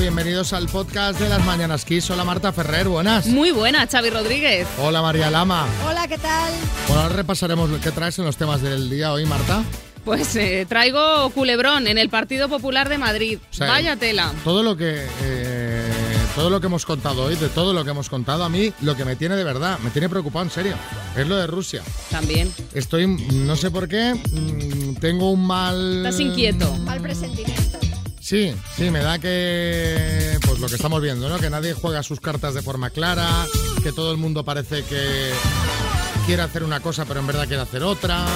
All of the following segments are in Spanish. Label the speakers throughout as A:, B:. A: bienvenidos al podcast de las Mañanas Kiss. Hola Marta Ferrer, buenas.
B: Muy buenas, Xavi Rodríguez.
A: Hola María Lama.
C: Hola, ¿qué tal?
A: Bueno, ahora repasaremos lo que traes en los temas del día hoy, Marta.
B: Pues eh, traigo culebrón en el Partido Popular de Madrid.
A: sea,
B: Vaya tela.
A: Todo lo que eh, todo lo que hemos contado hoy, de todo lo que hemos contado, a mí lo que me tiene de verdad, me tiene preocupado en serio, es lo de Rusia.
B: También.
A: Estoy, no sé por qué, mm, tengo un mal...
B: Estás inquieto.
C: Mal presentimiento.
A: Sí, sí, me da que, pues lo que estamos viendo, ¿no? Que nadie juega sus cartas de forma clara, que todo el mundo parece que quiere hacer una cosa, pero en verdad quiere hacer otra.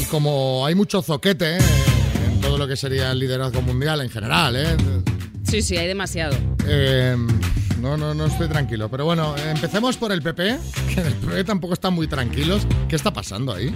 A: Y como hay mucho zoquete ¿eh? en todo lo que sería el liderazgo mundial en general, ¿eh?
B: Sí, sí, hay demasiado.
A: Eh, no, no, no estoy tranquilo. Pero bueno, empecemos por el PP, que en el PP tampoco están muy tranquilos. ¿Qué está pasando ahí?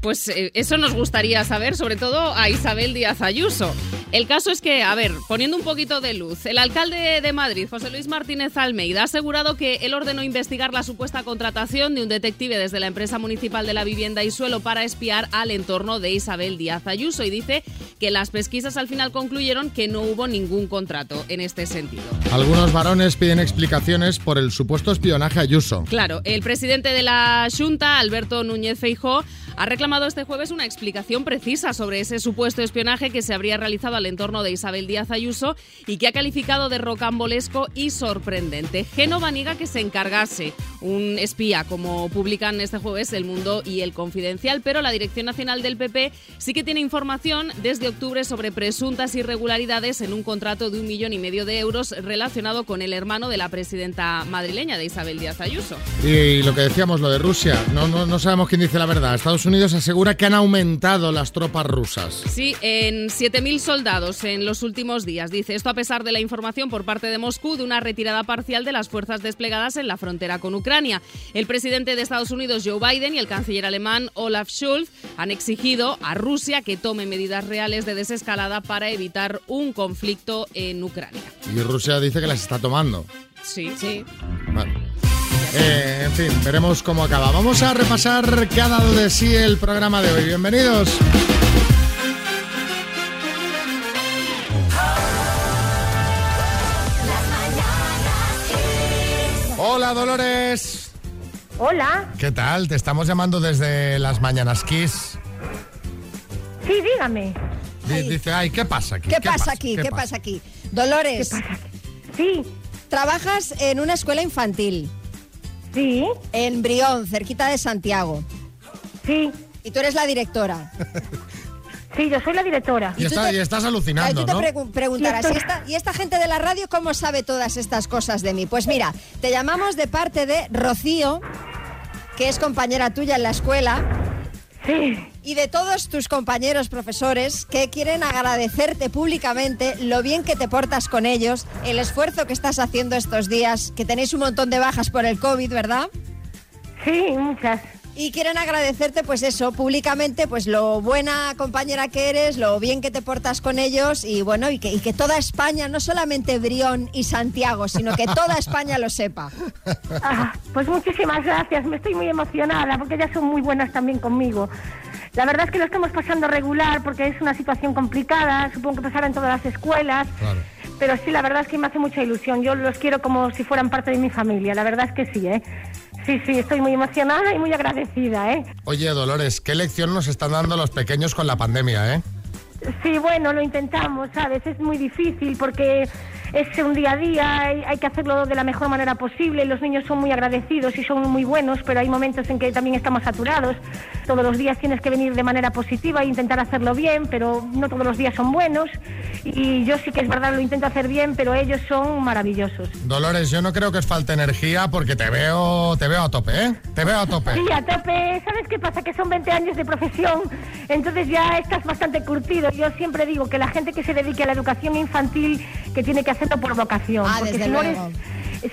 B: Pues eh, eso nos gustaría saber, sobre todo a Isabel Díaz Ayuso. El caso es que, a ver, poniendo un poquito de luz, el alcalde de Madrid, José Luis Martínez Almeida, ha asegurado que él ordenó investigar la supuesta contratación de un detective desde la empresa municipal de la vivienda y suelo para espiar al entorno de Isabel Díaz Ayuso y dice que las pesquisas al final concluyeron que no hubo ningún contrato en este sentido.
A: Algunos varones piden explicaciones por el supuesto espionaje a Ayuso.
B: Claro, el presidente de la Junta, Alberto Núñez Feijó, ha reclamado este jueves una explicación precisa sobre ese supuesto espionaje que se habría realizado al entorno de Isabel Díaz Ayuso y que ha calificado de rocambolesco y sorprendente. Génova niega que se encargase un espía, como publican este jueves El Mundo y El Confidencial, pero la Dirección Nacional del PP sí que tiene información desde octubre sobre presuntas irregularidades en un contrato de un millón y medio de euros relacionado con el hermano de la presidenta madrileña de Isabel Díaz Ayuso.
A: Y lo que decíamos, lo de Rusia, no, no, no sabemos quién dice la verdad. Estados Unidos asegura que han aumentado las tropas rusas.
B: Sí, en 7.000 soldados en los últimos días. Dice esto a pesar de la información por parte de Moscú de una retirada parcial de las fuerzas desplegadas en la frontera con Ucrania. El presidente de Estados Unidos, Joe Biden, y el canciller alemán, Olaf Scholz, han exigido a Rusia que tome medidas reales de desescalada para evitar un conflicto en Ucrania.
A: Y Rusia dice que las está tomando.
B: Sí, sí.
A: Bueno. Eh, en fin, veremos cómo acaba. Vamos a repasar qué ha dado de sí el programa de hoy. Bienvenidos. Hola Dolores.
D: Hola,
A: ¿Qué tal? Te estamos llamando desde las mañanas Kiss.
D: sí, dígame.
A: Di- Dice, ay, ¿qué pasa aquí?
C: ¿Qué, pasa, aquí? ¿Qué, pasa aquí? Dolores,
D: Sí,
C: trabajas en una escuela infantil,
D: sí,
C: en Brión, cerquita de Santiago,
D: sí,
C: y tú eres la directora.
D: sí, yo soy la directora.
A: Y,
C: Y tú
A: está-
C: te-
A: y estás
C: Claro,
A: alucinando,
C: tú te
A: ¿no?
C: pregu- preguntarás, ¿y esta, ¿y esta gente de la radio cómo sabe todas estas cosas de mí? Pues mira, te llamamos de parte de Rocío, que es compañera tuya en la escuela,
D: Sí,
C: y de todos tus compañeros profesores que quieren agradecerte públicamente lo bien que te portas con ellos, el esfuerzo que estás haciendo estos días, que tenéis un montón de bajas por el COVID, ¿verdad?
D: sí, muchas.
C: Y quieren agradecerte, pues eso, públicamente, pues lo buena compañera que eres, lo bien que te portas con ellos y bueno, y que, y que toda España, no solamente Brión y Santiago, sino que toda España lo sepa.
D: Ah, pues muchísimas gracias, me estoy muy emocionada porque ellas son muy buenas también conmigo. La verdad es que lo estamos pasando regular porque es una situación complicada, supongo que pasará en todas las escuelas.
A: Claro.
D: Pero sí, la verdad es que me hace mucha ilusión. Yo los quiero como si fueran parte de mi familia, la verdad es que sí, ¿eh? Sí, sí, estoy muy emocionada y muy agradecida, ¿eh?
A: Oye, Dolores, ¿qué lección nos están dando los pequeños con la pandemia, eh?
D: Sí, bueno, lo intentamos, ¿sabes? Es muy difícil porque es un día a día, hay, hay que hacerlo de la mejor manera posible. Los niños son muy agradecidos y son muy buenos, pero hay momentos en que también estamos saturados. Todos los días tienes que venir de manera positiva e intentar hacerlo bien, pero no todos los días son buenos. Y yo sí que es verdad, lo intento hacer bien, pero ellos son maravillosos.
A: Dolores, yo no creo que os falte energía porque te veo, te veo a tope, ¿eh? Te veo a tope.
D: Sí, a tope. ¿Sabes qué pasa? Que son 20 años de profesión, entonces ya estás bastante curtido. Yo siempre digo que la gente que se dedique a la educación infantil, que tiene que hacerlo por vocación.
C: Ah,
D: porque
C: desde
D: si no,
C: luego.
D: eres-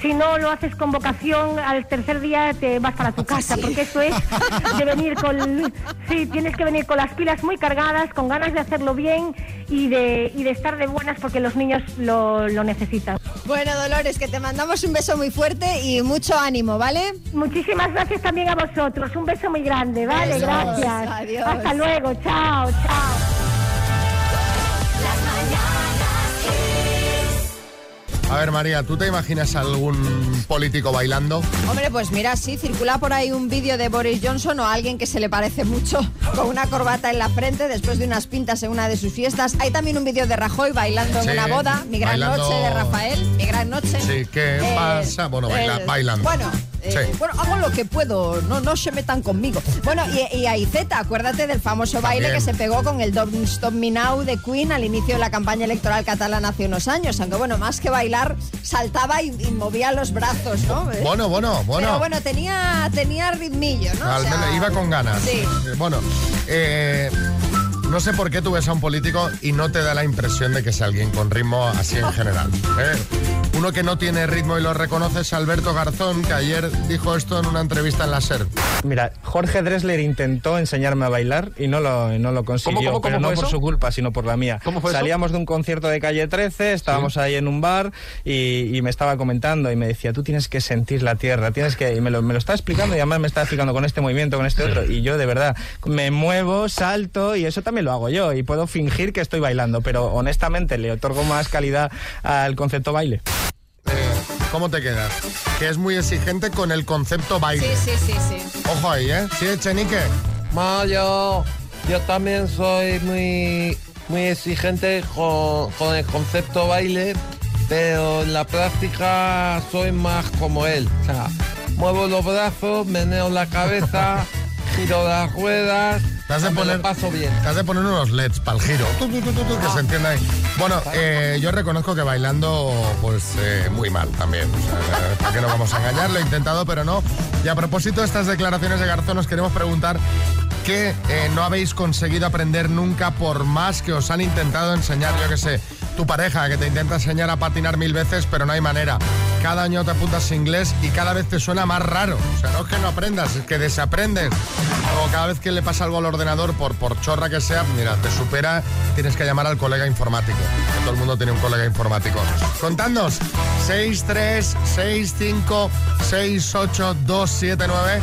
D: si no lo haces con vocación, al tercer día te vas
C: Ah,
D: para tu casa, porque eso es de venir con... Sí, tienes que venir con las pilas muy cargadas, con ganas de hacerlo bien y de, y de estar de buenas porque los niños lo, lo necesitan.
C: Bueno, Dolores, que te mandamos un beso muy fuerte y mucho ánimo, ¿vale?
D: Muchísimas gracias también a vosotros. Un beso muy grande, ¿vale?
C: Besos.
D: Gracias.
C: Adiós.
D: Hasta luego. Chao, chao.
A: A ver, María, ¿tú te imaginas a algún político bailando?
C: Hombre, pues mira, sí, circula por ahí un vídeo de Boris Johnson o alguien que se le parece mucho con una corbata en la frente después de unas pintas en una de sus fiestas. Hay también un vídeo de Rajoy bailando
A: Sí,
C: en una boda, Mi gran
A: bailando-
C: noche de Rafael, Mi gran noche. Eh,
A: Sí, ¿qué pasa? Bueno, baila- bailando.
C: Bueno, eh,
A: Sí.
C: bueno, hago lo que puedo, no, no se metan conmigo. Bueno, y, y Aiceta, acuérdate del famoso baile que
A: También.
C: se pegó con el Don't Stop Me Now de Queen al inicio de la campaña electoral catalana hace unos años, aunque bueno, más que bailar, saltaba y, y movía los brazos, ¿no? Eh,
A: Bueno, bueno, bueno.
C: pero bueno, tenía, tenía ritmillo, ¿no? O
A: Ah, Al
C: sea,
A: menos iba con ganas.
C: Sí.
A: Eh, Bueno, eh, no sé por qué tú ves a un político y no te da la impresión de que es alguien con ritmo así en general. ¿eh? Uno que no tiene ritmo y lo reconoce es Alberto Garzón, que ayer dijo esto en una entrevista en la SER.
E: Mira, Jorge Dressler intentó enseñarme a bailar y no lo, y no lo consiguió,
F: ¿Cómo, cómo, cómo
E: pero no
F: fue
E: por
F: eso?
E: su culpa, sino por la mía.
F: ¿Cómo fue eso?
E: Salíamos de un concierto de calle 13, estábamos ahí en un bar y, y me estaba comentando y me decía, tú tienes que sentir la tierra, tienes que... Y me lo, me lo está explicando y además me está explicando con este movimiento, con este otro. Y yo de verdad me muevo, salto y eso también lo hago yo y puedo fingir que estoy bailando, pero honestamente le otorgo más calidad al concepto baile.
A: Eh, ¿Cómo te quedas? Que es muy exigente con el concepto baile.
C: Sí, sí, sí, sí.
A: Ojo ahí, ¿eh? Sí, Chenique.
G: Ma, yo, yo también soy muy, muy exigente con, con el concepto baile, pero en la práctica soy más como él. O sea, muevo los brazos, meneo la cabeza, giro las ruedas,
A: Te has de
G: Ah, me lo
A: poner-
G: paso bien. Ah.
A: Te has de poner unos LEDs para el giro. Tu, tu, tu, tu, tu, que se entienda ahí. Bueno, eh, yo reconozco que bailando, pues eh, muy mal también. O sea, eh, ¿Para qué no vamos a engañar? Lo he intentado, pero no. Y a propósito de estas declaraciones de Garzón, os queremos preguntar qué eh, no habéis conseguido aprender nunca por más que os han intentado enseñar, yo qué sé, tu pareja que te intenta enseñar a patinar mil veces, pero no hay manera. Cada año te apuntas inglés y cada vez te suena más raro. O sea, no es que no aprendas, es que desaprendes. O cada vez que le pasa algo al ordenador, por, por chorra que sea, mira, te supera, tienes que llamar al colega informático. Que Todo el mundo tiene un colega informático. Contadnos, 636568279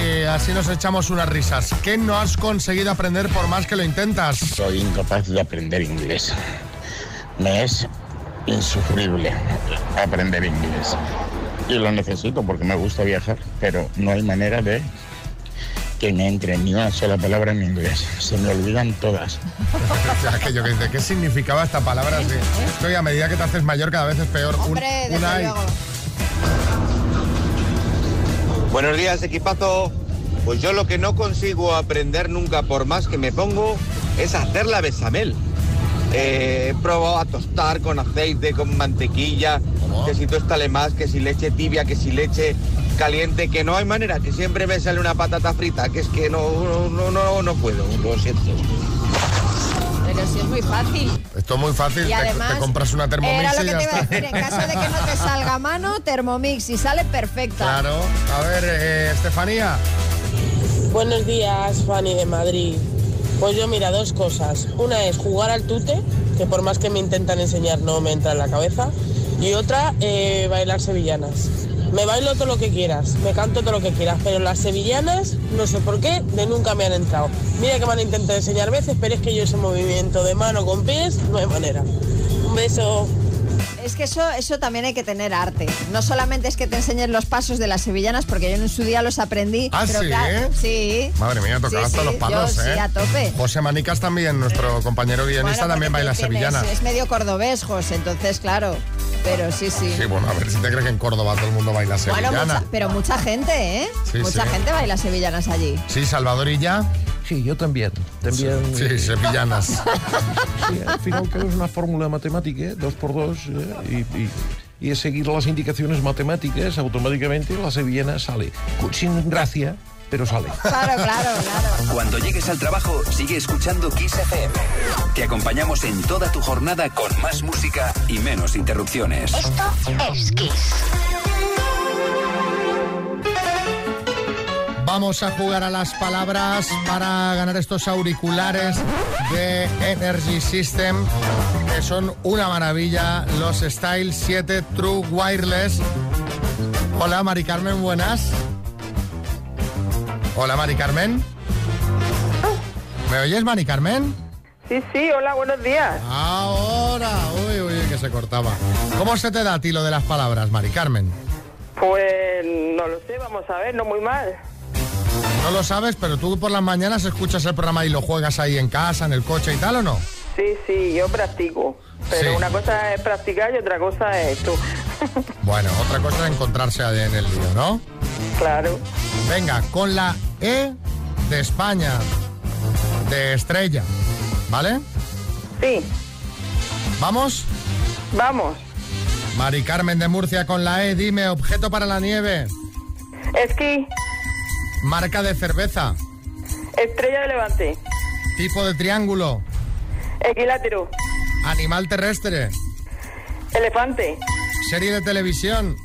A: y así nos echamos unas risas. ¿Qué no has conseguido aprender por más que lo intentas?
H: Soy incapaz de aprender inglés. Me es insufrible aprender inglés. Y lo necesito porque me gusta viajar, pero no hay manera de que me entre ni una sola palabra en inglés. Se me olvidan todas.
A: O sea, Aquello que dice, ¿qué significaba esta palabra? Sí. Estoy a medida que te haces mayor cada vez es peor. Un-
C: Hombre, desde
A: una y-
C: luego.
I: Buenos días, equipazo. Pues yo lo que no consigo aprender nunca, por más que me pongo, es hacer la bechamel. Eh, he probado a tostar con aceite, con mantequilla, que si tostale más, que si leche tibia, que si leche caliente, que no hay manera, que siempre me sale una patata frita, que es que no, no, no, no puedo, lo siento.
C: Pero sí es muy fácil.
A: Esto es muy fácil,
C: Y
A: te,
C: además,
A: te compras una
C: Era
A: Thermomix
C: lo
A: y
C: que
A: ya
C: te iba a
A: está.
C: decir, en caso de que no te salga a mano, Thermomix, y sale perfecta.
A: Claro. A ver, eh, Estefanía.
J: Buenos días, Fanny de Madrid. Pues yo mira dos cosas. Una es jugar al tute, que por más que me intentan enseñar no me entra en la cabeza. Y otra, eh, bailar sevillanas. Me bailo todo lo que quieras, me canto todo lo que quieras, pero las sevillanas, no sé por qué, de nunca me han entrado. Mira que me han intentado enseñar veces, pero es que yo ese movimiento de mano con pies, no hay manera. Un beso.
C: Es que eso, eso también hay que tener arte. No solamente es que te enseñen los pasos de las sevillanas, porque yo en su día los aprendí.
A: Ah,
C: pero
A: sí,
C: claro,
A: ¿eh?
C: Sí.
A: Madre mía, tocaba
C: Sí,
A: hasta
C: sí,
A: los palos,
C: yo
A: ¿eh?
C: Sí, a tope.
A: José Manicas también, nuestro compañero guionista,
C: Bueno,
A: también
C: porque
A: baila
C: tienes-
A: sevillana.
C: Es medio cordobés, José, entonces, claro. Pero sí, sí.
A: Sí, bueno, a ver si te crees que en Córdoba todo el mundo baila
C: bueno, pues,
A: sevillana.
C: mucha- pero mucha gente, ¿eh?
A: Sí,
C: mucha
A: sí.
C: gente baila sevillanas allí.
A: Sí, Salvador y ya.
G: Sí, yo también. También.
A: Sí, sevillanas.
G: Sí, al final creo que es una fórmula matemática, dos por dos, eh, y, y- y es seguir las indicaciones matemáticas, automáticamente la sevillana sale. Sin gracia, pero sale.
C: Claro, claro, claro.
K: Cuando llegues al trabajo, sigue escuchando Kiss FM. Te acompañamos en toda tu jornada con más música y menos interrupciones.
A: Va Vamos a jugar a las palabras para ganar estos auriculares de Energy System, que son una maravilla, los Style 7 True Wireless. Hola, Mari Carmen, buenas. Hola, Mari Carmen. ¿Me oyes, Mari Carmen?
L: Sí, sí, hola, buenos días.
A: Ahora, uy, uy, que se cortaba. ¿Cómo se te da a ti lo de las palabras, Mari Carmen?
L: Pues no lo sé, vamos a ver, no muy mal.
A: No lo sabes, pero tú por las mañanas escuchas el programa y lo juegas ahí en casa, en el coche y tal, ¿o no?
L: Sí, sí, yo practico. Pero
A: Sí.
L: una cosa es practicar y otra cosa es esto.
A: Bueno, otra cosa es encontrarse en el lío, ¿no?
L: Claro.
A: Venga, con la E de España, de estrella, ¿vale?
L: Sí.
A: ¿Vamos?
L: Vamos.
A: Mari Carmen de Murcia con la E, dime, objeto para la nieve,
L: Esquí,
A: marca de cerveza,
L: estrella de levante,
A: tipo de triángulo,
L: equilátero,
A: animal terrestre,
L: elefante.
A: serie de televisión,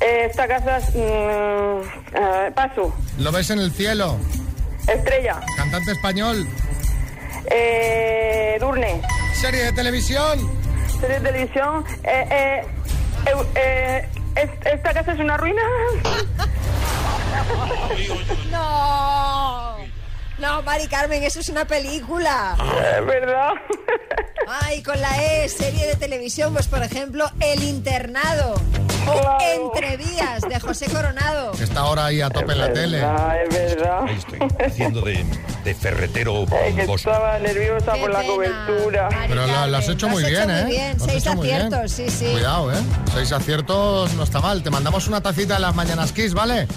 L: Eh, esta casa es, mm, ah, paso,
A: lo ves en el cielo,
L: estrella,
A: cantante español,
L: eh, Durne,
A: serie de televisión.
L: serie de televisión. eh, eh, eu- eh, es- ¿Esta casa es una ruina?
C: No. No, Mari Carmen, eso es una película.
L: Eh, ¿Verdad?
C: Ay, con la E, serie de televisión, pues por ejemplo, El Internado o
L: Claro.
C: Entrevías de José Coronado.
A: que Está ahora ahí a tope en la tele.
L: Ah, es verdad.
G: Ahí estoy, haciendo de, de ferretero
L: Es que
G: bongoso.
L: estaba nerviosa
C: Qué
L: por la
C: pena,
L: cobertura.
C: Mari
A: Pero lo, lo has
C: Carmen,
A: hecho
C: lo
A: muy
C: has
A: bien, ¿eh?
C: Muy bien,
A: Lo has
C: seis
A: hecho muy bien.
C: aciertos, sí, sí.
A: Cuidado, ¿eh? Seis aciertos no está mal. Te mandamos una tacita en las mañanas kiss, ¿vale?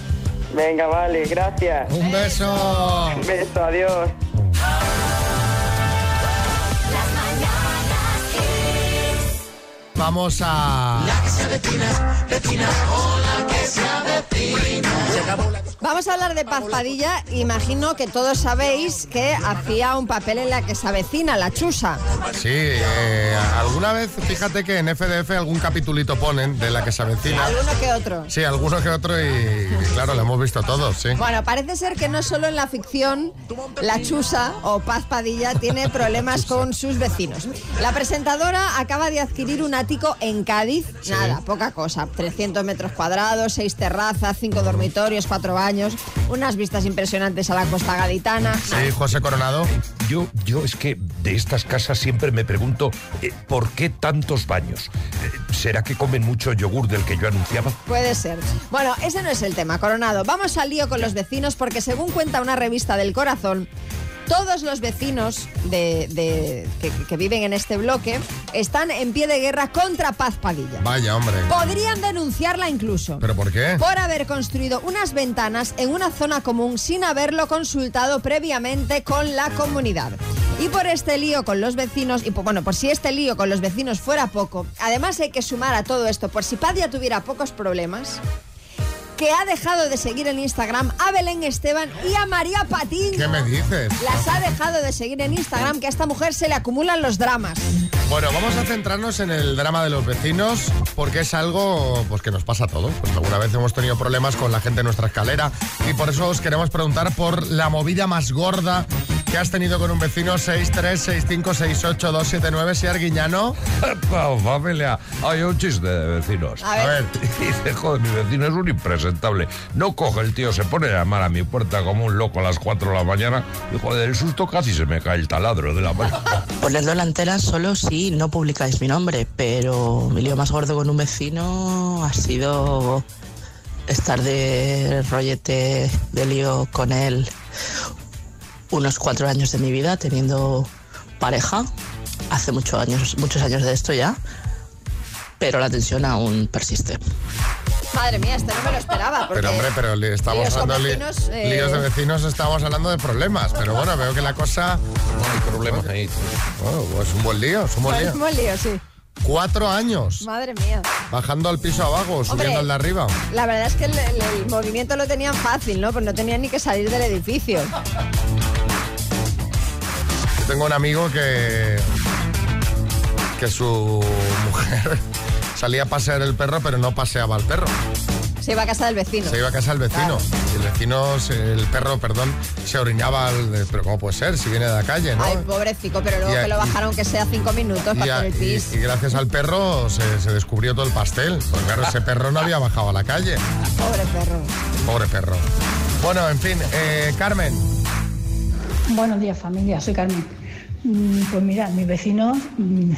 L: Venga, vale, gracias.
A: Un beso.
L: Un beso, adiós.
A: Vamos a...
C: Vamos a hablar de Paz Padilla. Imagino que todos sabéis que hacía un papel en la que se avecina, la chusa.
A: Sí, eh, alguna vez, fíjate que en FDF algún capitulito ponen de la que se avecina.
C: Alguno que otro.
A: Sí, alguno que otro y, y claro, lo hemos visto todos, sí.
C: Bueno, parece ser que no solo en la ficción la Chusa o Paz Padilla tiene problemas con sus vecinos. La presentadora acaba de adquirir un ático en Cádiz, nada, poca cosa, 300 metros cuadrados, seis terrazas, cinco dormitorios, cuatro baños, unas vistas impresionantes a la costa gaditana.
A: Sí, José Coronado.
G: Yo, yo es que de estas casas siempre me pregunto eh, ¿por qué tantos baños? Eh, ¿Será que comen mucho yogur del que yo anunciaba?
C: Puede ser. Bueno, ese no es el tema, Coronado. Vamos al lío con los vecinos porque según cuenta una revista del corazón, todos los vecinos de, de- que, que viven en este bloque están en pie de guerra contra Paz Padilla.
A: Vaya, hombre.
C: Podrían denunciarla incluso
A: ¿Pero por qué?
C: por haber construido unas ventanas en una zona común sin haberlo consultado previamente con la comunidad. Y por este lío con los vecinos, y por- bueno, por si este lío con los vecinos fuera poco, además hay que sumar a todo esto, por si Padia tuviera pocos problemas, que ha dejado de seguir en Instagram a Belén Esteban y a María Patiño.
A: ¿Qué me dices?
C: Las ha dejado de seguir en Instagram, que a esta mujer se le acumulan los dramas.
A: Bueno, vamos a centrarnos en el drama de los vecinos porque es algo pues, que nos pasa a todos. Pues alguna vez hemos tenido problemas con la gente en nuestra escalera y por eso os queremos preguntar por la movida más gorda que has tenido con un vecino 636568279 si Arguiñano.
G: ¡Epa, familia! Hay un chiste de vecinos.
C: A ver.
G: Dice, joder, mi vecino es un impresentable. No coge el tío, se pone a llamar a mi puerta como un loco a las 4 de la mañana y, joder, el susto casi se me cae el taladro de la mano.
J: Poner delanteras solo si no publicáis mi nombre, pero mi lío más gordo con un vecino ha sido estar de rollete de lío con él unos cuatro años de mi vida teniendo pareja, hace muchos años, muchos años de esto ya, pero la tensión aún persiste.
C: Madre mía, este no me lo esperaba. porque-
A: Pero hombre, pero le estamos
C: líos con
A: hablando li-
C: vecinos, eh,
A: líos de vecinos, estamos hablando de problemas. Pero bueno, veo que la cosa
M: Hay problemas ahí.
A: bueno, es un buen lío, es un buen
C: Es
A: lío.
C: un lío, sí.
A: Cuatro años
C: Madre mía.
A: bajando al piso abajo, subiendo
C: Hombre.
A: al de arriba.
C: La verdad es que el, el- el movimiento lo tenían fácil, ¿no? Pues no tenían ni que salir del edificio.
A: Yo tengo un amigo que. que su mujer salía a pasear el perro, pero no paseaba al perro.
C: Se iba a casa del vecino.
A: Se iba a casa del vecino. Y el vecino, se- el perro, perdón, se orinaba. al- pero ¿cómo puede ser? Si viene de la calle, ¿no?
C: Ay, pobrecito, pero luego
A: Y a-
C: que lo
A: y-
C: bajaron que sea cinco minutos
A: Y,
C: para
A: a-
C: hacer el
A: y-
C: pis.
A: y gracias al perro se, se descubrió todo el pastel. Porque claro, ese perro no había bajado a la calle.
C: Pobre perro.
A: Pobre perro. Bueno, en fin, eh, Carmen.
N: Buenos días familia, soy Carmen. Mm, Pues mira, mis vecinos mm,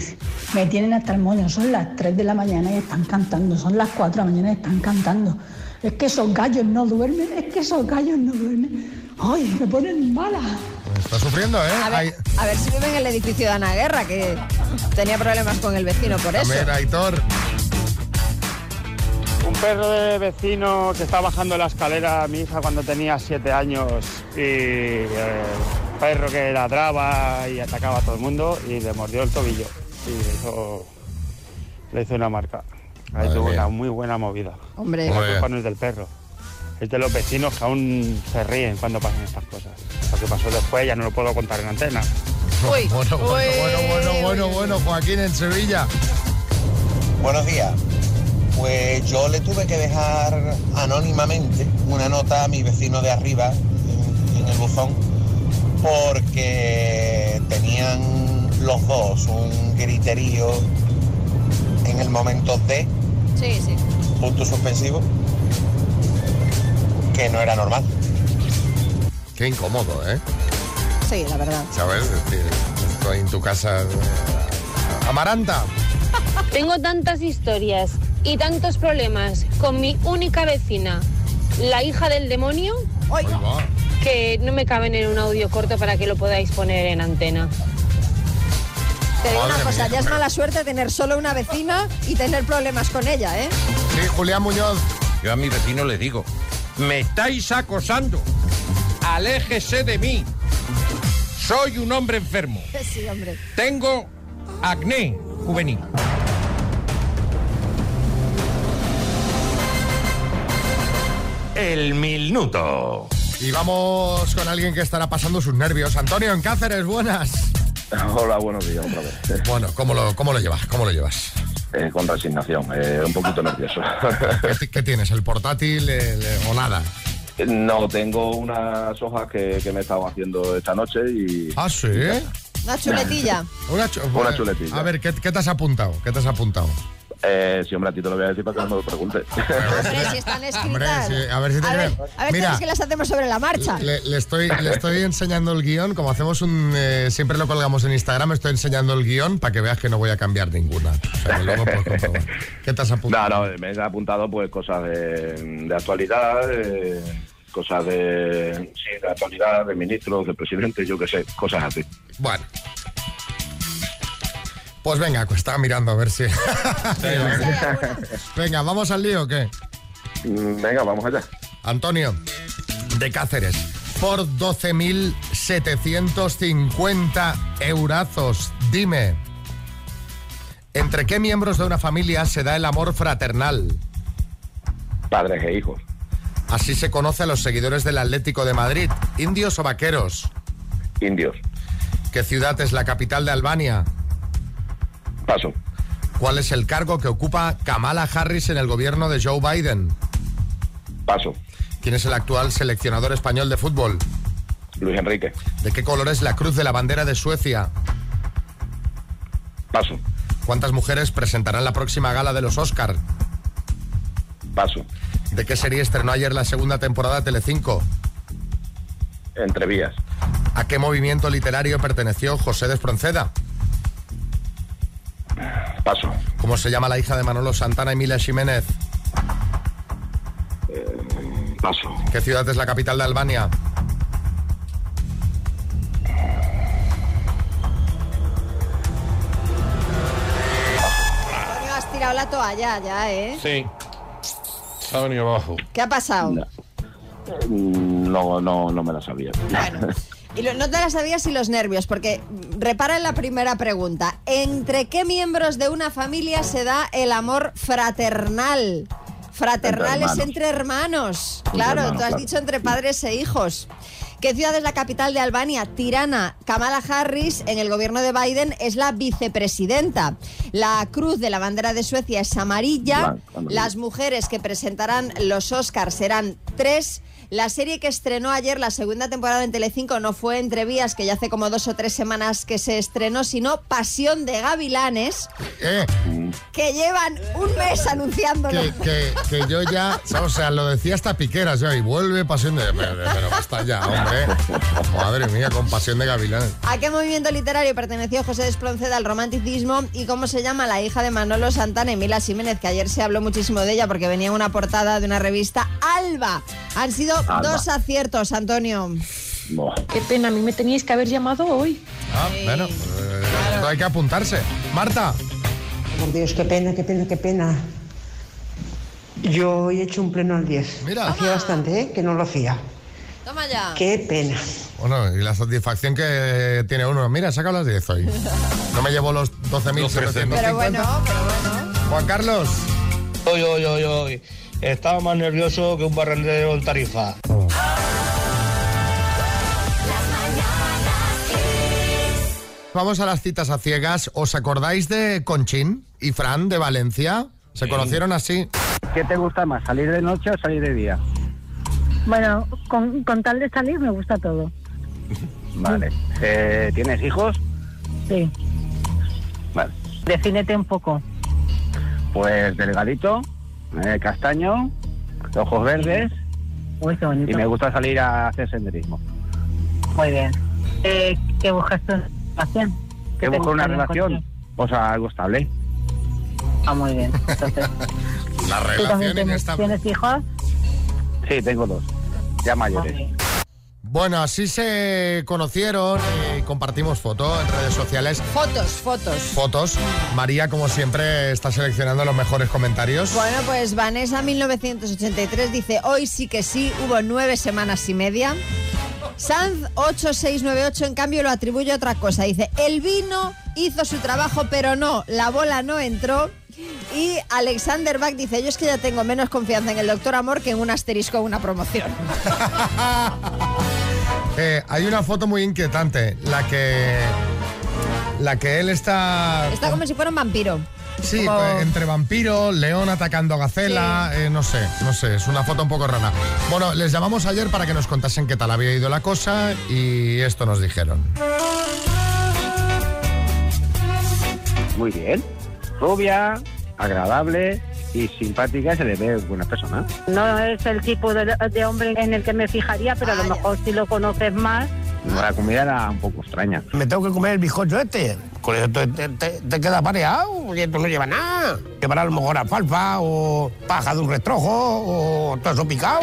N: me tienen hasta el moño, son las 3 de la mañana y están cantando, son las 4 de la mañana y están cantando. Es que esos gallos no duermen, es que esos gallos no duermen. ¡Ay, me ponen mala!
A: Está sufriendo, ¿eh?
C: A ver, a ver si viven en el edificio de Ana Guerra, que tenía problemas con el vecino por
A: A
C: eso.
A: ver, Aitor.
O: Un perro de vecino que estaba bajando la escalera, mi hija cuando tenía siete años, y eh, perro que ladraba y atacaba a todo el mundo y le mordió el tobillo y le hizo, le hizo una marca. Ahí
E: Madre
O: tuvo
E: mía.
O: una muy buena movida.
E: Hombre.
O: la
E: Muy
O: culpa
E: bien.
O: no es del perro. Es de los vecinos que aún se ríen cuando pasan estas cosas. Lo que pasó después ya no lo puedo contar en antena.
A: Bueno, bueno,
O: Uy.
A: bueno, bueno, bueno, bueno, Joaquín en Sevilla.
E: Buenos días. Pues yo le tuve que dejar anónimamente una nota a mi vecino de arriba en- en el buzón porque tenían los dos un griterío en el momento de
C: Sí, sí.
E: punto suspensivo que no era normal.
A: Qué incómodo, ¿eh?
C: Sí, la verdad.
A: ¿Sabes? Es decir, Estoy en tu casa. eh, Amaranta.
D: Tengo tantas historias y tantos problemas con mi única vecina, la hija del demonio,
A: Ahí va.
D: que Eh, no me caben en un audio corto para que lo podáis poner en antena.
C: Te digo una
A: Madre
C: cosa,
A: mía,
C: ya es
A: hombre.
C: mala suerte tener solo una vecina y tener problemas con ella, ¿eh?
A: Sí, Julián Muñoz.
G: Yo a mi vecino le digo, me estáis acosando. Aléjese de mí. Soy un hombre enfermo.
C: Sí, hombre.
G: Tengo acné juvenil.
A: El minuto. Y vamos con alguien que estará pasando sus nervios. Antonio, en Cáceres, buenas.
P: Hola, buenos días otra vez.
A: Bueno, ¿cómo lo, cómo lo llevas? ¿Cómo lo llevas?
P: Eh, con resignación, eh, un poquito nervioso.
A: ¿Qué, ti- qué tienes? ¿El portátil el- el- o nada?
P: no, tengo unas hojas que, que me he estado haciendo esta noche y...
A: Ah, sí.
C: Una chuletilla.
A: Una, chu-
P: Una chuletilla.
A: A ver, ¿qué, qué te has apuntado? ¿Qué te has apuntado?
P: Eh, sí, hombre, a ti te lo voy a decir para que no me lo preguntes.
C: Hombre, si están
A: Hombre,
C: escritas.
A: sí, a ver si te
C: a ver,
A: creo.
C: a ver,
A: Mira,
C: ¿crees que las hacemos sobre la marcha.
A: Le, le estoy, le estoy enseñando el guión, como hacemos un... eh, siempre lo colgamos en Instagram, estoy enseñando el guión para que veas que no voy a cambiar ninguna. O sea, que luego puedes comprobar. ¿Qué te has apuntado?
P: No, no, me he apuntado pues cosas de, de actualidad, eh, cosas de, sí, de actualidad, de ministros, de presidentes, yo qué sé, cosas así.
A: Bueno. Pues venga, pues estaba mirando a ver si... venga, ¿vamos al lío o qué?
P: Mm, Venga, vamos allá.
A: Antonio, de Cáceres, por 12.750 eurazos, dime, ¿entre qué miembros de una familia se da el amor fraternal?
P: Padres e hijos,
A: Así se conoce a los seguidores del Atlético de Madrid, indios o vaqueros.
P: indios,
A: ¿Qué ciudad es la capital de Albania?
P: paso,
A: ¿Cuál es el cargo que ocupa Kamala Harris en el gobierno de Joe Biden?
P: paso,
A: ¿Quién es el actual seleccionador español de fútbol?
P: Luis Enrique,
A: ¿De qué color es la cruz de la bandera de Suecia?
P: paso,
A: ¿Cuántas mujeres presentarán la próxima gala de los Oscar?
P: paso,
A: ¿De qué serie estrenó ayer la segunda temporada de Telecinco?
P: entrevías,
A: ¿A qué movimiento literario perteneció José de Espronceda?
P: paso,
A: ¿Cómo se llama la hija de Manolo Santana y Mila Jiménez?
P: paso,
A: ¿Qué ciudad es la capital de Albania?
C: Antonio, has tirado la toalla ya, ¿eh?
G: Sí. Se ha venido abajo.
C: ¿Qué ha pasado?
P: Mm, No, no, no me la sabía.
C: Y lo- no te las sabías y los nervios, porque mm, repara en la primera pregunta. ¿Entre qué miembros de una familia se da el amor fraternal? Fraternal
P: Entre hermanos.
C: es entre hermanos.
P: Entre
C: Claro,
P: hermanos,
C: tú has
P: claro.
C: dicho entre padres e hijos. ¿Qué ciudad es la capital de Albania? Tirana. Kamala Harris, en el gobierno de Biden, es la vicepresidenta. La cruz de la bandera de Suecia es amarilla.
Q: Blanca, ¿no?
C: Las mujeres que presentarán los Oscars serán tres. La serie que estrenó ayer la segunda temporada en Telecinco no fue Entre Vías, que ya hace como dos o tres semanas que se estrenó, sino Pasión de Gavilanes,
A: Eh,
P: Mm,
C: que llevan un mes anunciándolo.
A: que, que- que yo ya, o sea, lo decía hasta Piqueras ya, y vuelve pasión de... Pero, pero basta ya, hombre. Madre mía, con pasión de gavilanes.
C: ¿A qué movimiento literario perteneció José Espronceda al romanticismo y cómo se llama la hija de Manolo Santana, Emila Jiménez, que ayer se habló muchísimo de ella porque venía en una portada de una revista Alba? Han sido
Q: Alba.
C: dos aciertos, Antonio.
Q: Qué pena, a mí me teníais que haber llamado hoy.
A: Ah, bueno, eh, hay que apuntarse. Marta.
R: Por Dios, qué pena, qué pena, qué pena. Yo hoy he hecho un pleno al 10. Hacía bastante, ¿eh? Que no lo hacía.
C: Toma ya.
R: Qué pena.
A: Bueno, y la satisfacción que tiene uno. Mira, saca las 10 hoy. No me llevo los 12.750.
C: Pero bueno, pero bueno.
A: Juan Carlos.
S: Oy, oy, oy, oy. Estaba más nervioso que un barrendero en Tarifa.
A: Vamos a las citas a ciegas. ¿Os acordáis de Conchín y Fran de Valencia? Se conocieron así.
E: ¿Qué te gusta más, salir de noche o salir de día?
T: Bueno, con, con tal de salir me gusta todo.
E: Vale. Eh, ¿Tienes hijos?
T: Sí.
E: Vale.
T: Defínete un poco.
E: Pues delgadito, eh, castaño, ojos verdes
T: Uy, qué
E: y
T: bonito.
E: me gusta salir a hacer senderismo.
T: Muy bien. Eh, ¿Qué buscas tú en una relación?
E: ¿Qué
T: te
E: busco en una
T: gustaría
E: relación? O sea, algo estable.
T: Ah, muy bien.
A: La
T: ¿Tú también tienes, tienes hijos?
E: Sí, tengo dos. Ya mayores.
A: Bueno, así se conocieron y compartimos fotos en redes sociales.
C: Fotos, fotos.
A: Fotos. María, como siempre, está seleccionando los mejores comentarios.
C: Bueno, pues Vanessa 1983 dice, hoy sí que sí, hubo nueve semanas y media. Sanz 8698 en cambio lo atribuye a otra cosa. Dice, el vino hizo su trabajo, pero no, la bola no entró. Y Alexander Bach dice, yo es que ya tengo menos confianza en el doctor Amor que en un asterisco o una promoción.
A: Eh, hay una foto muy inquietante, la que. La que él está.
C: Está como si fuera un vampiro.
A: Sí,
C: Como-
A: pues, entre vampiros, león atacando a Gacela, eh, no sé, no sé, es una foto un poco rara. Bueno, les llamamos ayer para que nos contasen qué tal había ido la cosa y esto nos dijeron.
E: Muy bien. Rubia, agradable y simpática, se le ve buena persona.
T: No es el tipo de, de hombre en el que me fijaría, pero a lo mejor si lo conoces más.
E: La comida era un poco extraña.
U: Me tengo que comer el bizcocho este. Con eso te, te- te- te queda pareado, y esto no lleva nada. Llevará a lo mejor alfalfa o paja de un restrojo o todo eso picado.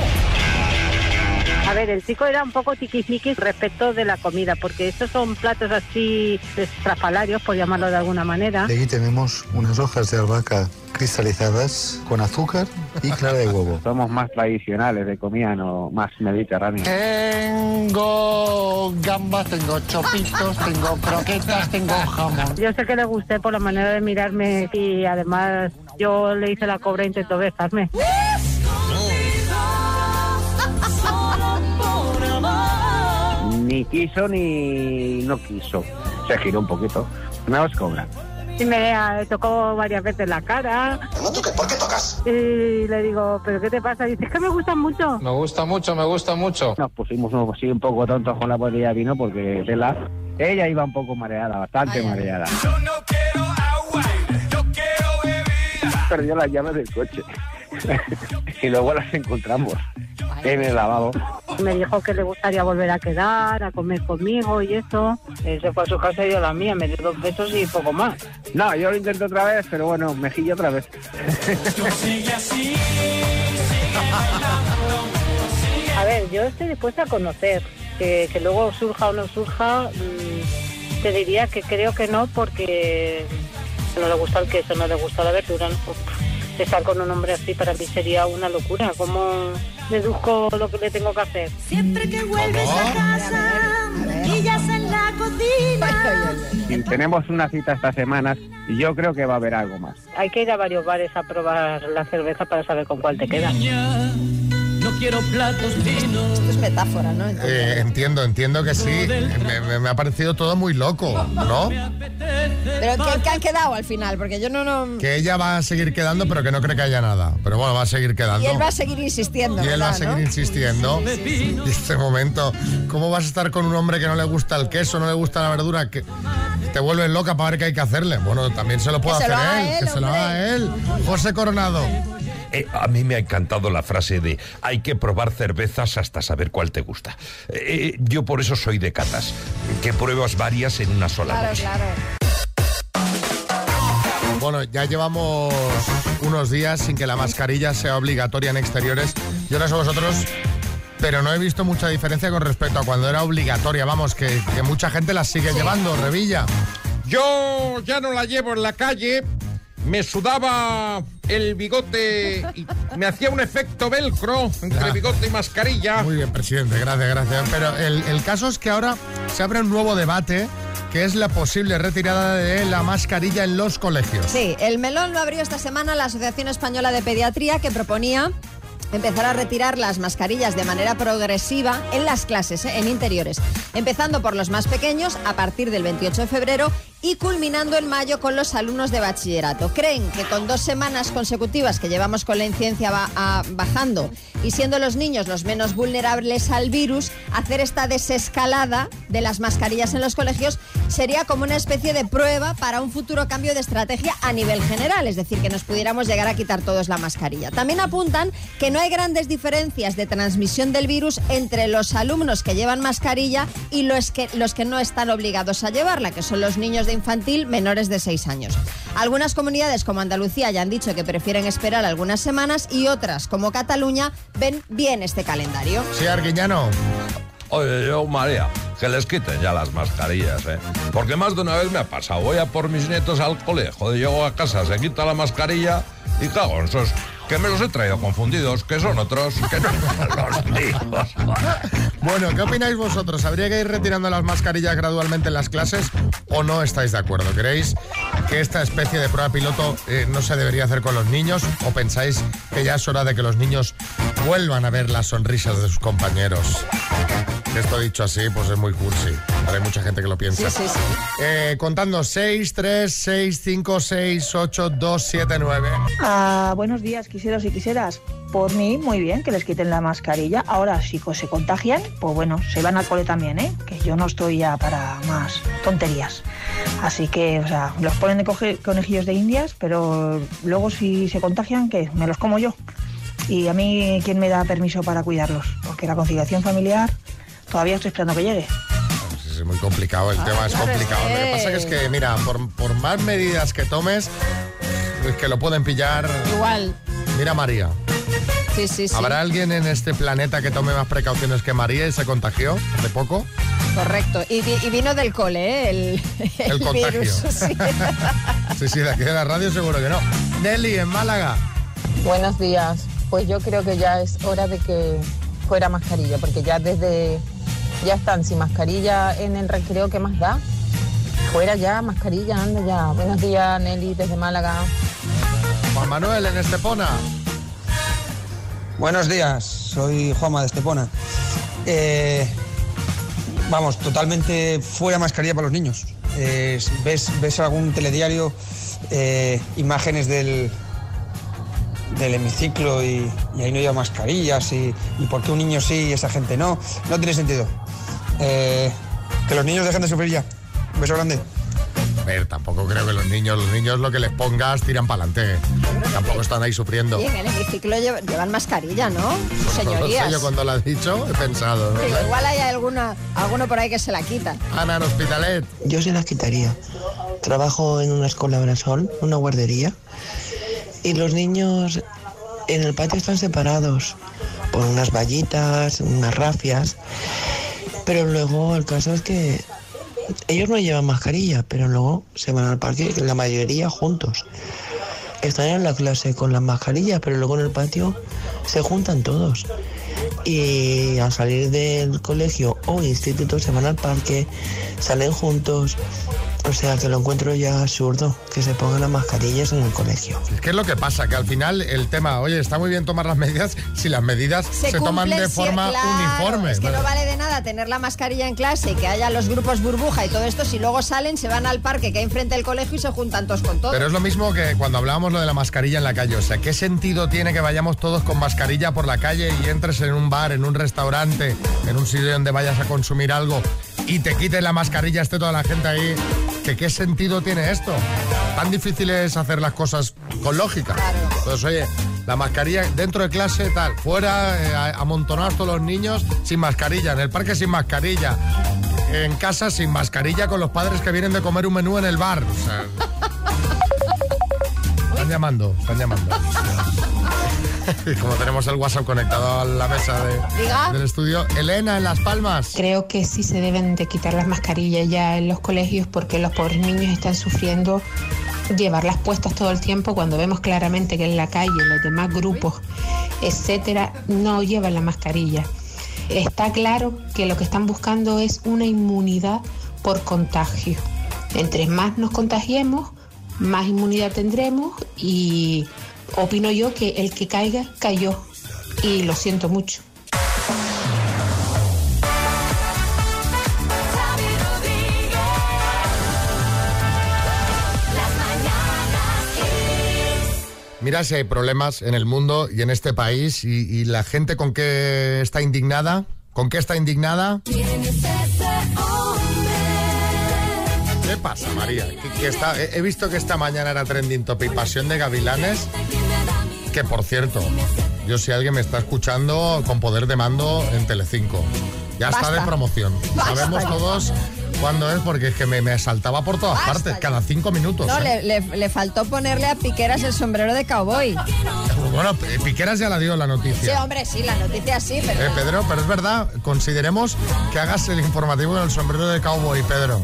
T: A ver, el chico era un poco tiquismiquis respecto de la comida, porque estos son platos así estrafalarios, por llamarlo de alguna manera.
V: Y aquí tenemos unas hojas de albahaca cristalizadas con azúcar y clara de huevo.
E: Somos más tradicionales de comida, no más mediterránea.
V: Tengo gambas, tengo chopitos, tengo croquetas, tengo jamón.
T: Yo sé que le gusté por la manera de mirarme y además yo le hice la cobra e intentó besarme.
E: Ni quiso ni no quiso. Se giró un poquito. No os cobra.
T: Y me ah, tocó varias veces la cara. ¿Por qué tocas? Y le digo, ¿pero qué te pasa? Y dice, es que me gustan mucho.
E: Me gusta mucho, me gusta mucho. Nos pusimos un- sí, un poco tontos con la botella de vino porque tela. Ella iba un poco mareada, bastante mareada. Perdió las llaves del coche. y luego las encontramos en el lavabo.
T: Me dijo que le gustaría volver a quedar, a comer conmigo y eso. Él se fue a su casa y yo a la mía, me dio dos besos y poco más.
E: No, yo lo intenté otra vez, pero bueno, mejilla otra vez.
T: A ver, yo estoy dispuesta a conocer. Que, que luego surja o no surja, mm, te diría que creo que no, porque no le gusta el queso, no le gusta la verdura. ¿no? Uf, Estar con un hombre así para mí sería una locura. ¿Cómo deduzco lo que le tengo que hacer? Siempre que vuelves a casa,
Q: maquillas
T: en la cocina.
E: Y tenemos una cita estas semanas y yo creo que va a haber algo más.
T: Hay que ir a varios bares a probar la cerveza para saber con cuál te queda.
B: No quiero platos finos.
C: Esto es metáfora, ¿no?
A: Eh, entiendo, entiendo que sí. Me, me- me ha parecido todo muy loco, ¿no?
C: Pero ¿qué, qué han quedado al final? Porque yo no... no...
A: Que ella va a seguir quedando, pero que no cree que haya nada. Pero bueno, va a seguir quedando.
C: Y él va a seguir insistiendo,
A: Y él va a
C: ¿verdad,
A: seguir
C: no?
A: insistiendo. Y este momento, ¿cómo vas a estar con un hombre que no le gusta el queso, no le gusta la verdura? Que te vuelves loca para ver qué hay que hacerle. Bueno, también se lo puede
C: Que se
A: hacer
C: lo haga
A: él,
C: él,
A: que se lo haga él. José Coronado.
G: Eh, a mí me ha encantado la frase de hay que probar cervezas hasta saber cuál te gusta. Eh, eh, yo por eso soy de catas, que pruebas varias en una sola
C: Claro,
G: noche.
C: claro.
A: Bueno, ya llevamos unos días sin que la mascarilla sea obligatoria en exteriores. Yo no sé vosotros, pero no he visto mucha diferencia con respecto a cuando era obligatoria. Vamos, que, que mucha gente la sigue llevando, Revilla.
D: Yo ya no la llevo en la calle. Me sudaba el bigote y me hacía un efecto velcro entre
A: Ah.
D: bigote y mascarilla.
A: Muy bien, presidente, gracias, gracias. Pero el, el caso es que ahora se abre un nuevo debate, que es la posible retirada de la mascarilla en los colegios.
C: Sí, el melón lo abrió esta semana la Asociación Española de Pediatría que proponía empezar a retirar las mascarillas de manera progresiva en las clases, ¿eh? en interiores, empezando por los más pequeños a partir del 28 de febrero y culminando en mayo con los alumnos de bachillerato. Creen que con dos semanas consecutivas que llevamos con la incidencia ba- a- bajando y siendo los niños los menos vulnerables al virus, hacer esta desescalada de las mascarillas en los colegios sería como una especie de prueba para un futuro cambio de estrategia a nivel general, es decir, que nos pudiéramos llegar a quitar todos la mascarilla. También apuntan que no hay grandes diferencias de transmisión del virus entre los alumnos que llevan mascarilla y los que, los que no están obligados a llevarla, que son los niños de infantil menores de 6 años. Algunas comunidades como Andalucía ya han dicho que prefieren esperar algunas semanas y otras como Cataluña ven bien este calendario.
A: Sí, Arguiñano.
G: Oye, yo marea, que les quiten ya las mascarillas, ¿eh? Porque más de una vez me ha pasado, voy a por mis nietos al cole, joder, llego a casa, se quita la mascarilla y cago en esos que me los he traído confundidos, que son otros, que no son los míos.
A: Bueno, ¿qué opináis vosotros? ¿Habría que ir retirando las mascarillas gradualmente en las clases o no estáis de acuerdo? ¿Creéis que esta especie de prueba piloto eh, no se debería hacer con los niños o pensáis que ya es hora de que los niños vuelvan a ver las sonrisas de sus compañeros? Esto dicho así, pues es muy cursi. Pero hay mucha gente que lo piensa.
C: Sí, sí, sí.
A: Eh, contando 6, 3, 6, 5, 6, 8, 2, 7, 9.
N: Ah, buenos días, quiseros y quiseras. Por mí, muy bien que les quiten la mascarilla. Ahora, si co- se contagian, pues bueno, se van al cole también, ¿eh? Que yo no estoy ya para más tonterías. Así que, o sea, los ponen de coge- conejillos de indias, pero luego si se contagian, que me los como yo. Y a mí, ¿quién me da permiso para cuidarlos? Porque la conciliación familiar todavía estoy esperando que llegue.
A: pues, Es muy complicado,
C: Ah,
A: el tema es
N: claro,
A: complicado.
N: es
A: Lo que
N: que-
A: pasa que es que, mira, por, por más medidas que tomes, es que lo pueden pillar.
C: Igual.
A: Mira, María.
C: Sí, sí, sí.
A: ¿Habrá alguien en este planeta que tome más precauciones que María y se contagió de poco?
C: Correcto. Y, vi- y vino del cole, ¿eh? El,
A: El contagio.
C: virus. sí.
A: Sí, sí, de aquí de la radio seguro que no. Nelly, en Málaga.
W: Buenos días. Pues yo creo que ya es hora de que fuera mascarilla, porque ya desde ya están sin mascarilla en el recreo que más da. Fuera ya, mascarilla, anda ya. Buenos días, Nelly, desde Málaga.
A: Juan Manuel, en Estepona.
X: Buenos días, soy Juanma de Estepona. Eh, vamos, totalmente fuera mascarilla para los niños. Eh, ves, ves algún telediario, eh, imágenes del, del hemiciclo y, y ahí no lleva mascarillas y, y por qué un niño sí y esa gente no. No tiene sentido. Eh, que los niños dejen de sufrir ya. Un beso grande.
A: A ver, tampoco creo que los niños, los niños lo que les pongas tiran para adelante. Tampoco están ahí sufriendo.
C: Y en el hemiciclo llev- llevan mascarilla, ¿no? Sus
A: No
C: Señorías.
A: sé, yo cuando lo has dicho he pensado. ¿no?
C: Que igual hay alguna, alguno por ahí que se la quita.
A: Ana en Hospitalet.
K: Yo se las quitaría. Trabajo en una escuela brasol, una guardería, y los niños en el patio están separados por unas vallitas, unas rafias, pero luego el caso es que ellos no llevan mascarilla, pero luego se van al parque, la mayoría juntos. Están en la clase con las mascarillas, pero luego en el patio se juntan todos. Y al salir del colegio o instituto se van al parque, salen juntos, O sea, que lo encuentro ya absurdo, que se pongan las mascarillas en el colegio.
A: ¿Qué es lo que pasa? Que al final el tema, oye, está muy bien tomar las medidas si las medidas se, toman
C: cumplen
A: de
C: cier-
A: forma
C: claro,
A: uniforme.
C: Es que no
A: ¿vale?
C: vale de nada tener la mascarilla en clase y que haya los grupos burbuja y todo esto. Si luego salen, se van al parque que hay enfrente del colegio y se juntan todos con todos.
A: Pero es lo mismo que cuando hablábamos lo de la mascarilla en la calle. O sea, ¿qué sentido tiene que vayamos todos con mascarilla por la calle y entres en un bar, en un restaurante, en un sitio donde vayas a consumir algo y te quiten la mascarilla, esté toda la gente ahí? ¿Que ¿Qué sentido tiene esto? Tan difícil es hacer las cosas con lógica. Entonces, oye, la mascarilla dentro de clase, tal, fuera, eh, a- amontonados todos los niños sin mascarilla, en el parque sin mascarilla, en casa sin mascarilla con los padres que vienen de comer un menú en el bar. O sea, están llamando, están llamando. Y Como tenemos el WhatsApp conectado a la mesa de-
C: Diga.
A: del estudio, Elena en Las Palmas.
L: Creo que sí se deben de quitar las mascarillas ya en los colegios porque los pobres niños están sufriendo llevarlas puestas todo el tiempo cuando vemos claramente que en la calle, los demás grupos, etcétera, no llevan la mascarilla. Está claro que lo que están buscando es una inmunidad por contagio. Entre más nos contagiemos, más inmunidad tendremos y opino yo que el que caiga, cayó. Y lo siento mucho.
A: Mira si hay problemas en el mundo y en este país y, y la gente con qué está indignada, con qué está indignada. ¿Qué pasa, María? Que- que está- he, he visto que esta mañana era trending topic Pasión de Gavilanes, que por cierto, yo si alguien me está escuchando con poder de mando en Telecinco, ya
M: Basta.
A: está de promoción.
M: Basta
A: Sabemos
M: ya.
A: todos cuándo es porque es que me, me saltaba por todas partes, cada cinco minutos.
C: No,
A: ¿eh?
C: le, le- le faltó ponerle a Piqueras el sombrero de cowboy.
A: Bueno, eh, Piqueras ya la dio la
C: Sí,
A: noticia.
C: hombre, sí, la noticia sí, pero...
A: Eh, Pedro, pero es verdad, consideremos que hagas el informativo en el sombrero de cowboy, Pedro.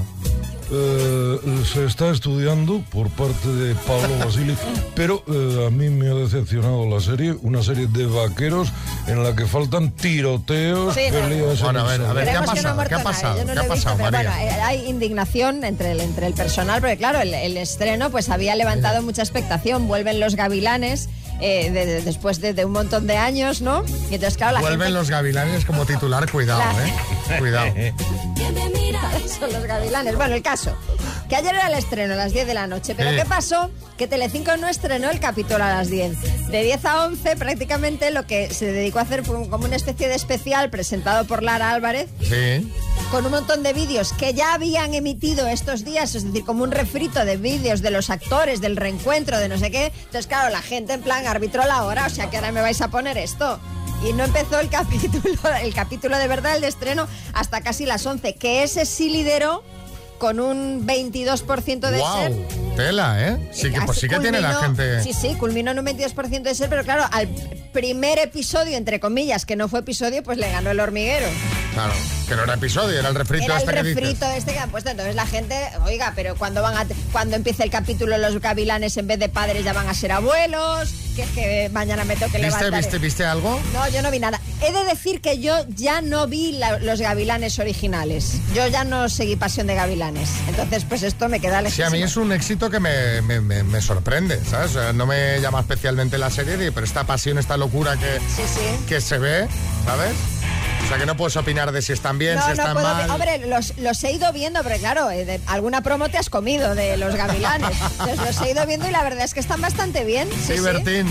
Y: Eh, se está estudiando por parte de Pablo Basile, pero eh, a mí me ha decepcionado la serie, una serie de vaqueros en la que faltan tiroteos,
C: Sí, no.
Y: peleas. en
A: Bueno, a
Y: el
A: ver, a
Y: salón.
A: ver, ¿qué
C: Creemos
A: ha
C: que no
A: pasado? ¿Qué ha
C: muerto nadie,
A: pasado?
C: yo no
A: ¿Qué
C: lo
A: ha
C: he visto,
A: pasado,
C: pero
A: María?
C: bueno, eh, hay indignación entre el, entre el personal, porque claro, el, el estreno pues había levantado mucha expectación. Vuelven los gavilanes eh, de- de- después de, de un montón de años, ¿no? Y entonces, claro, la
A: Vuelven
C: gente...
A: los gavilanes como titular, cuidado,
C: La-
A: ¿eh? Cuidado.
C: Son los gavilanes. Bueno, el caso. Que ayer era el estreno a las 10 de la noche. Pero
A: Sí.
C: ¿qué pasó? Que Telecinco no estrenó el capítulo a las 10. De 10 a 11 prácticamente lo que se dedicó a hacer fue un- como una especie de especial presentado por Lara Álvarez
A: Sí.
C: con un montón de vídeos que ya habían emitido estos días, es decir, como un refrito de vídeos de los actores, del reencuentro, de no sé qué. Entonces, claro, la gente en plan arbitró la hora, o sea que ahora me vais a poner esto. Y no empezó el capítulo, el capítulo de verdad, el de estreno, hasta casi las 11, que ese sí lideró con un 22% de
A: ¡Guau!
C: ser.
A: Tela, ¿eh? Sí que, pues sí que tiene la
C: Culminó-
A: gente.
C: Sí, sí, culminó en un 22% de ser, pero claro, al primer episodio, entre comillas, que no fue episodio, pues le ganó el hormiguero.
A: Claro, que no era episodio, era el refrito
C: Era el
A: este que dices.
C: refrito este que han puesto. Entonces la gente, oiga, pero cuando van a, cuando empiece el capítulo los gavilanes en vez de padres ya van a ser abuelos, que es que mañana me tengo que
A: ¿Viste,
C: levantar.
A: viste, viste algo?
C: No, yo no vi nada. He de decir que yo ya no vi la- los gavilanes originales. Yo ya no seguí Pasión de Gavilanes. Entonces, pues esto me queda
A: Sí, a mí
C: lejísimo.
A: es un éxito que me, me- me- me sorprende, ¿sabes? O sea, no me llama especialmente la serie, digo, pero esta pasión, esta locura que, que se ve, ¿sabes? O sea, que no puedes opinar de si están bien, si
C: No, no
A: están
C: puedo.
A: mal.
C: Hombre, los, los he ido viendo, pero claro, eh, de- alguna promo te has comido de los gavilanes. Entonces, los he ido viendo y la verdad es que están bastante bien. Sí, sí.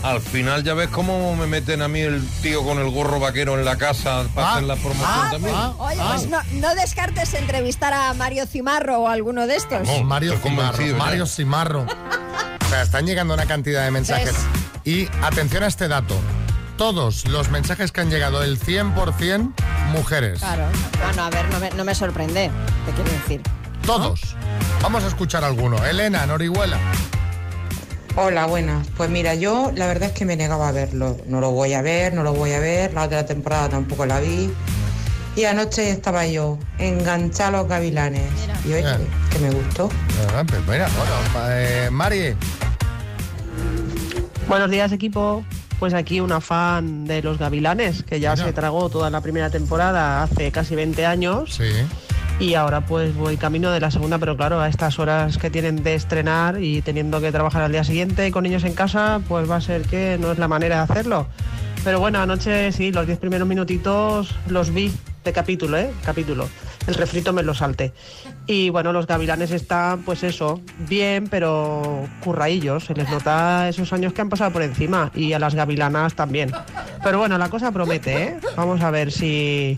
G: Al final ya ves cómo me meten a mí el tío con el gorro vaquero en la casa para hacer la promoción
C: Ah,
G: también.
C: pues, oye, pues no, no descartes entrevistar a Mario Cimarro o alguno de estos.
A: No, Mario Cimarro.
G: convencido, ya.
A: Mario Cimarro. ¿eh? O sea, están llegando una cantidad de mensajes. Y atención a este dato. Todos los mensajes que han llegado, el 100% mujeres.
C: Claro. No, no, a ver, no me, no me sorprende, te quiero decir.
A: Todos. Vamos a escuchar alguno. Elena, Norihuela.
J: Hola, buenas. Pues mira, yo la verdad es que me negaba a verlo. No lo voy a ver, no lo voy a ver. La otra temporada tampoco la vi. Y anoche estaba yo, enganchada a los gavilanes. Y oye, que me gustó.
A: Ah, pues mira, bueno, pa- eh, Mari.
Z: Buenos días equipo. Pues aquí una fan de los Gavilanes, que ya se tragó toda la primera temporada hace casi 20 años.
A: Sí. Eh,
Z: Y ahora pues voy camino de la segunda, pero claro, a estas horas que tienen de estrenar y teniendo que trabajar al día siguiente con niños en casa, pues va a ser que no es la manera de hacerlo. Pero bueno, anoche sí, los 10 primeros minutitos los vi de capítulo, ¿eh? Capítulo. El refrito me lo salte. Y bueno, los gavilanes están, pues eso, bien, pero curraillos. Se les nota esos años que han pasado por encima y a las gavilanas también. Pero bueno, la cosa promete, ¿eh? Vamos a ver si,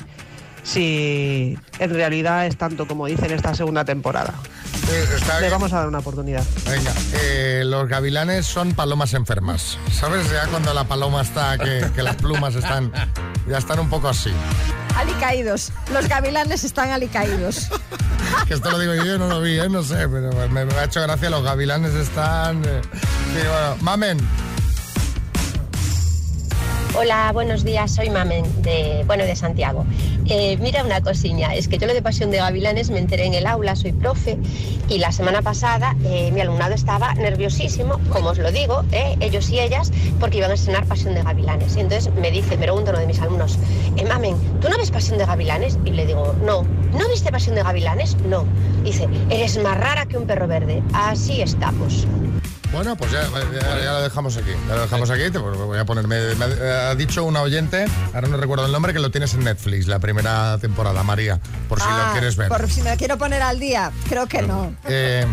Z: si en realidad es tanto como dicen esta segunda temporada. Le vamos a dar una oportunidad.
A: Venga, eh, los gavilanes son palomas enfermas. ¿Sabes? Ya cuando la paloma está, que, que las plumas están, ya están un poco así.
C: Alicaídos. Los gavilanes están alicaídos.
A: Que esto lo digo yo, yo no lo vi, ¿eh? no sé, pero me, me ha hecho gracia, los gavilanes están... eh, sí, bueno, mamen.
D: Hola, buenos días. Soy Mamen de, bueno, de Santiago. Eh, mira una cosilla, es que yo lo de Pasión de Gavilanes me enteré en el aula, soy profe, y la semana pasada eh, mi alumnado estaba nerviosísimo, como os lo digo, eh, ellos y ellas, porque iban a estrenar Pasión de Gavilanes. Y entonces me dice, me pregunta uno de mis alumnos, "Eh, Mamen, ¿tú no ves Pasión de Gavilanes? Y le digo, no. ¿No viste Pasión de Gavilanes? No. Dice, eres más rara que un perro verde. Así estamos.
A: Bueno, pues ya, ya- ya lo dejamos aquí. Ya lo dejamos aquí. Te voy a ponerme. Me ha ha dicho una oyente, ahora no recuerdo el nombre, que lo tienes en Netflix, la primera temporada, María, por si
C: Ah,
A: lo quieres ver.
C: Por si me lo quiero poner al día, creo que no.
A: Eh,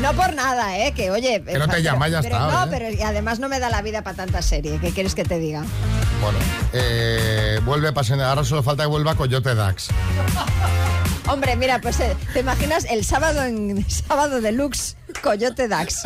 C: No por nada, ¿eh? Que oye.
A: Que no te
C: pero-
A: llama, ya
C: pero
A: está,
C: No,
A: ¿eh?
C: pero y además no me da la vida para tanta serie. ¿Qué quieres que te diga?
A: bueno, eh, vuelve Pasión. Ahora solo falta que vuelva Coyote Dax.
C: Hombre, mira, pues eh, te imaginas el sábado en sábado deluxe Coyote Dax.